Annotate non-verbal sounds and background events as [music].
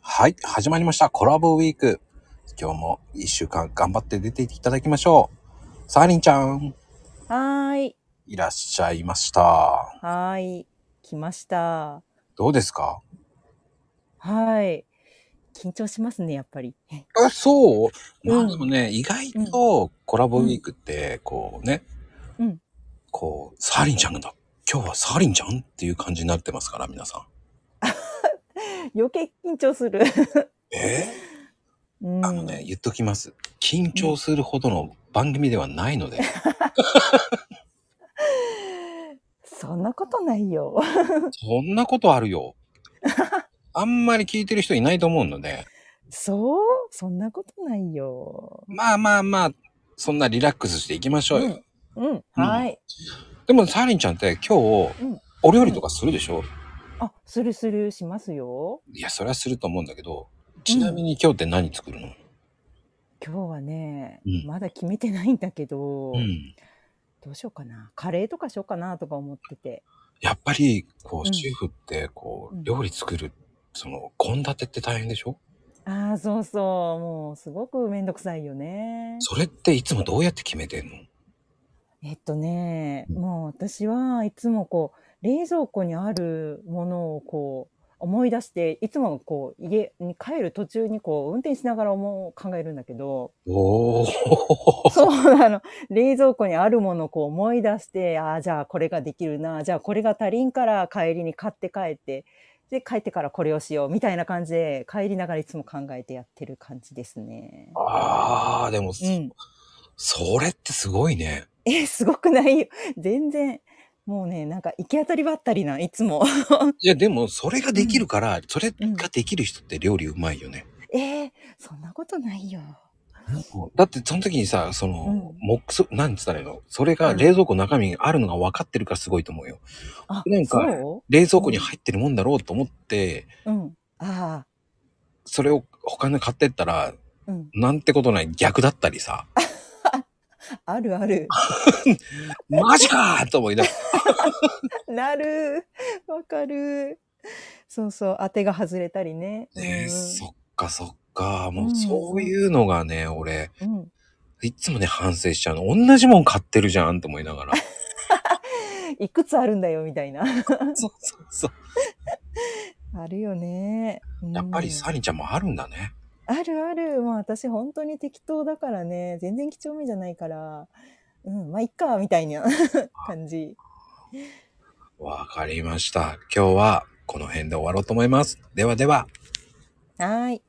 はい、始まりました。コラボウィーク。今日も一週間頑張って出ていただきましょう。サーリンちゃん、はーい。いらっしゃいました。はーい。来ました。どうですかはい。緊張しますね、やっぱり。 [laughs] え、そうまうあんでもね、意外とコラボウィークって、こうね、うんこう、サーリンちゃんだ。今日はサーリンちゃんっていう感じになってますから、皆さ余計緊張する。ん。えうん、あのね、言っときます。緊張するほどの番組ではないので。そんなことないよ。そんなことある [laughs] よ。あんまり聞いてる人いないと思うので、そうそんなことないよ。まあまあまあ、そんなリラックスしていきましょうよ。うん。はい。でも、サーリンちゃんって今日、うんお料理とかするでしょ、あ、するするしますよ。いや、それはすると思うんだけど、ちなみに今日って何作るの、今日はね、うんまだ決めてないんだけど、うんどうしようかな。カレーとかしようかなとか思ってて。やっぱり、こう、うん主婦って、こうう、ん料理作る、その、献立って大変でしょああ、そうそう。もうすごくめんどくさいよね。それっていつもどうやって決めてんのえっとね、もう私はいつもこう、冷蔵庫にあるものをこう、思い出して、いつもこう、家に帰る途中にこう、運転しながらも考えるんだけど、おー。そう、あの、冷蔵庫にあるものをこう思い出して、ああ、じゃあこれができるな、じゃあこれが足りんから帰りに買って帰って、で、帰ってからこれをしよう、みたいな感じで、帰りながらいつも考えてやってる感じですね。あー、でも、うん。それってすごいね。え、すごくないよ。全然。もうね、なんか行き当たりばったりな、いつも。いや、でも、それができるから、それうんができる人って料理うまいよね。えー、そんなことないよ。だって、その時にさ、その、うんもくそ、なんつったらいいのそれが冷蔵庫の中身にあるのが分かってるからすごいと思うよ。あ、なんかそ冷蔵庫に入ってるもんだろうと思って、ううん。ああ、それを他の買ってったら、うん。なんてことない逆だったり [laughs] さ、あるある。マジかーと思いながら、 [laughs] なる。わかる。そうそう。当てが外れたりね。ねえ、そっかそっか、もううんそういうのがね、俺、うん。うん。いつもね、反省しちゃうの。同じもん買ってるじゃんと思いながら。いくつあるんだよ、みたいな。 [laughs] そうそうそう。あるよね。う [laughs] んやっぱりサリンちゃんもあるんだね。あるある。まあ私本当に適当だからね。全然几帳面じゃないから。うん、まあいっか、みたいな [laughs] 感じ。わかりました。今日はこの辺で終わろうと思います。ではでは。はーい。